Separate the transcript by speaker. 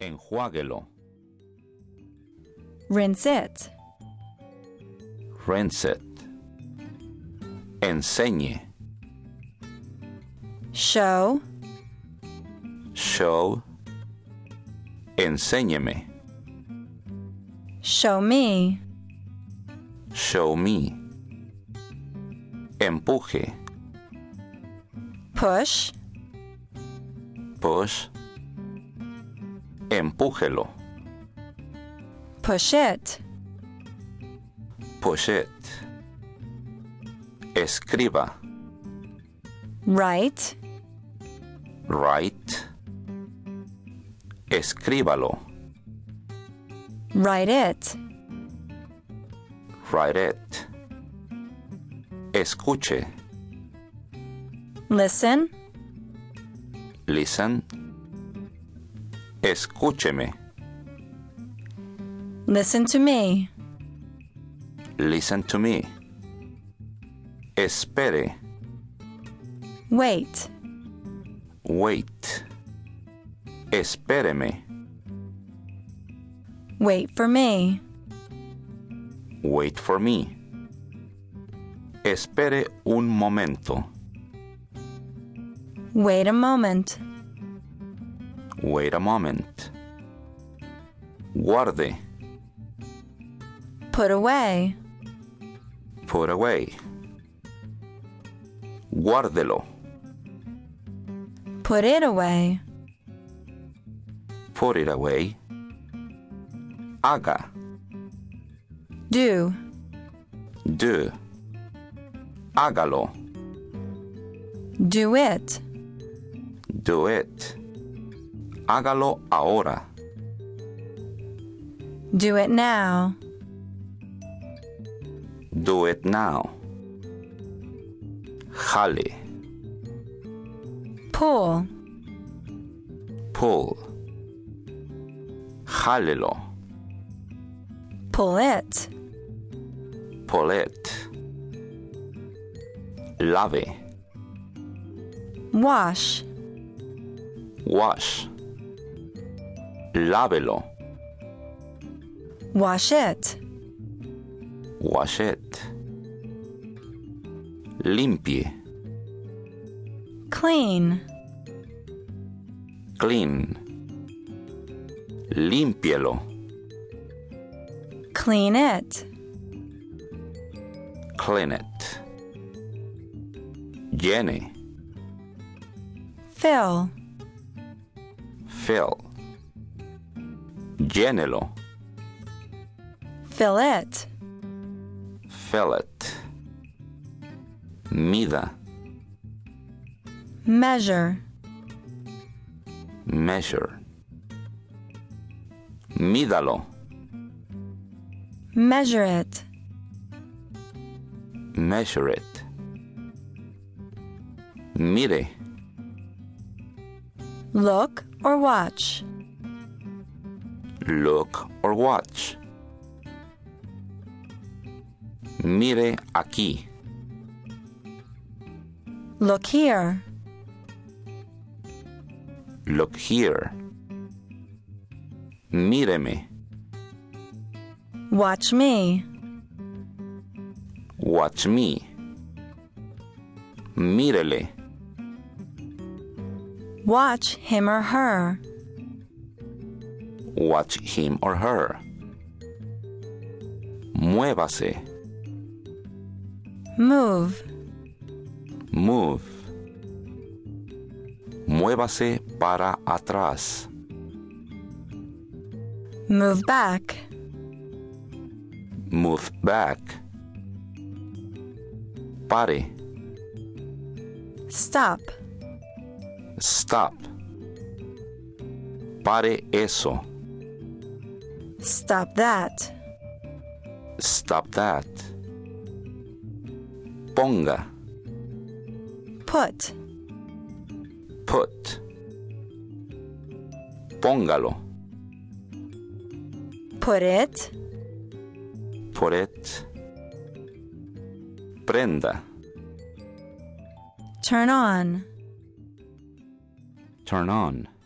Speaker 1: Enjuáguelo.
Speaker 2: Rinse it.
Speaker 1: Rinse it. Enseñe.
Speaker 2: Show.
Speaker 1: Show. Enséñeme.
Speaker 2: Show me.
Speaker 1: Show me. Empuje.
Speaker 2: Push.
Speaker 1: Push. Empújelo.
Speaker 2: Push it.
Speaker 1: Push it. Escriba.
Speaker 2: Write.
Speaker 1: Write. Escríbalo.
Speaker 2: Write it.
Speaker 1: Write it. Escuche.
Speaker 2: Listen.
Speaker 1: Listen. Escúcheme.
Speaker 2: Listen to me.
Speaker 1: Listen to me. Espere.
Speaker 2: Wait.
Speaker 1: Wait. Espéreme.
Speaker 2: Wait for me.
Speaker 1: Wait for me. Espere un momento.
Speaker 2: Wait a moment.
Speaker 1: Wait a moment. Guarde.
Speaker 2: Put away.
Speaker 1: Put away. Guárdelo.
Speaker 2: Put it away.
Speaker 1: Put it away. Haga.
Speaker 2: Do.
Speaker 1: Do. Hágalo.
Speaker 2: Do it.
Speaker 1: Do it. Hágalo ahora.
Speaker 2: Do it now.
Speaker 1: Do it now. Jale.
Speaker 2: Pull.
Speaker 1: Pull. Jálelo.
Speaker 2: Pull it.
Speaker 1: Pull it. Lave.
Speaker 2: Wash.
Speaker 1: Wash. Lávelo.
Speaker 2: Wash it.
Speaker 1: Wash it. Limpie.
Speaker 2: Clean.
Speaker 1: Clean. Límpielo.
Speaker 2: Clean it.
Speaker 1: Clean it. Llene.
Speaker 2: Fill.
Speaker 1: Fill. Llénelo.
Speaker 2: Fill it.
Speaker 1: Fill it. Mida.
Speaker 2: Measure.
Speaker 1: Measure. Mídalo.
Speaker 2: Measure it.
Speaker 1: Measure it. Mire.
Speaker 2: Look or watch.
Speaker 1: Look or watch. Mire aquí.
Speaker 2: Look here.
Speaker 1: Look here. Míreme.
Speaker 2: Watch me.
Speaker 1: Watch me. Mírele.
Speaker 2: Watch him or her.
Speaker 1: Watch him or her. Muévase.
Speaker 2: Move.
Speaker 1: Move. Muévase para atrás.
Speaker 2: Move back.
Speaker 1: Move back. Pare.
Speaker 2: Stop.
Speaker 1: Stop. Pare eso.
Speaker 2: Stop that.
Speaker 1: Stop that. Ponga.
Speaker 2: Put.
Speaker 1: Put. Póngalo.
Speaker 2: Put it.
Speaker 1: Put it. Prenda.
Speaker 2: Turn on.
Speaker 1: Turn on.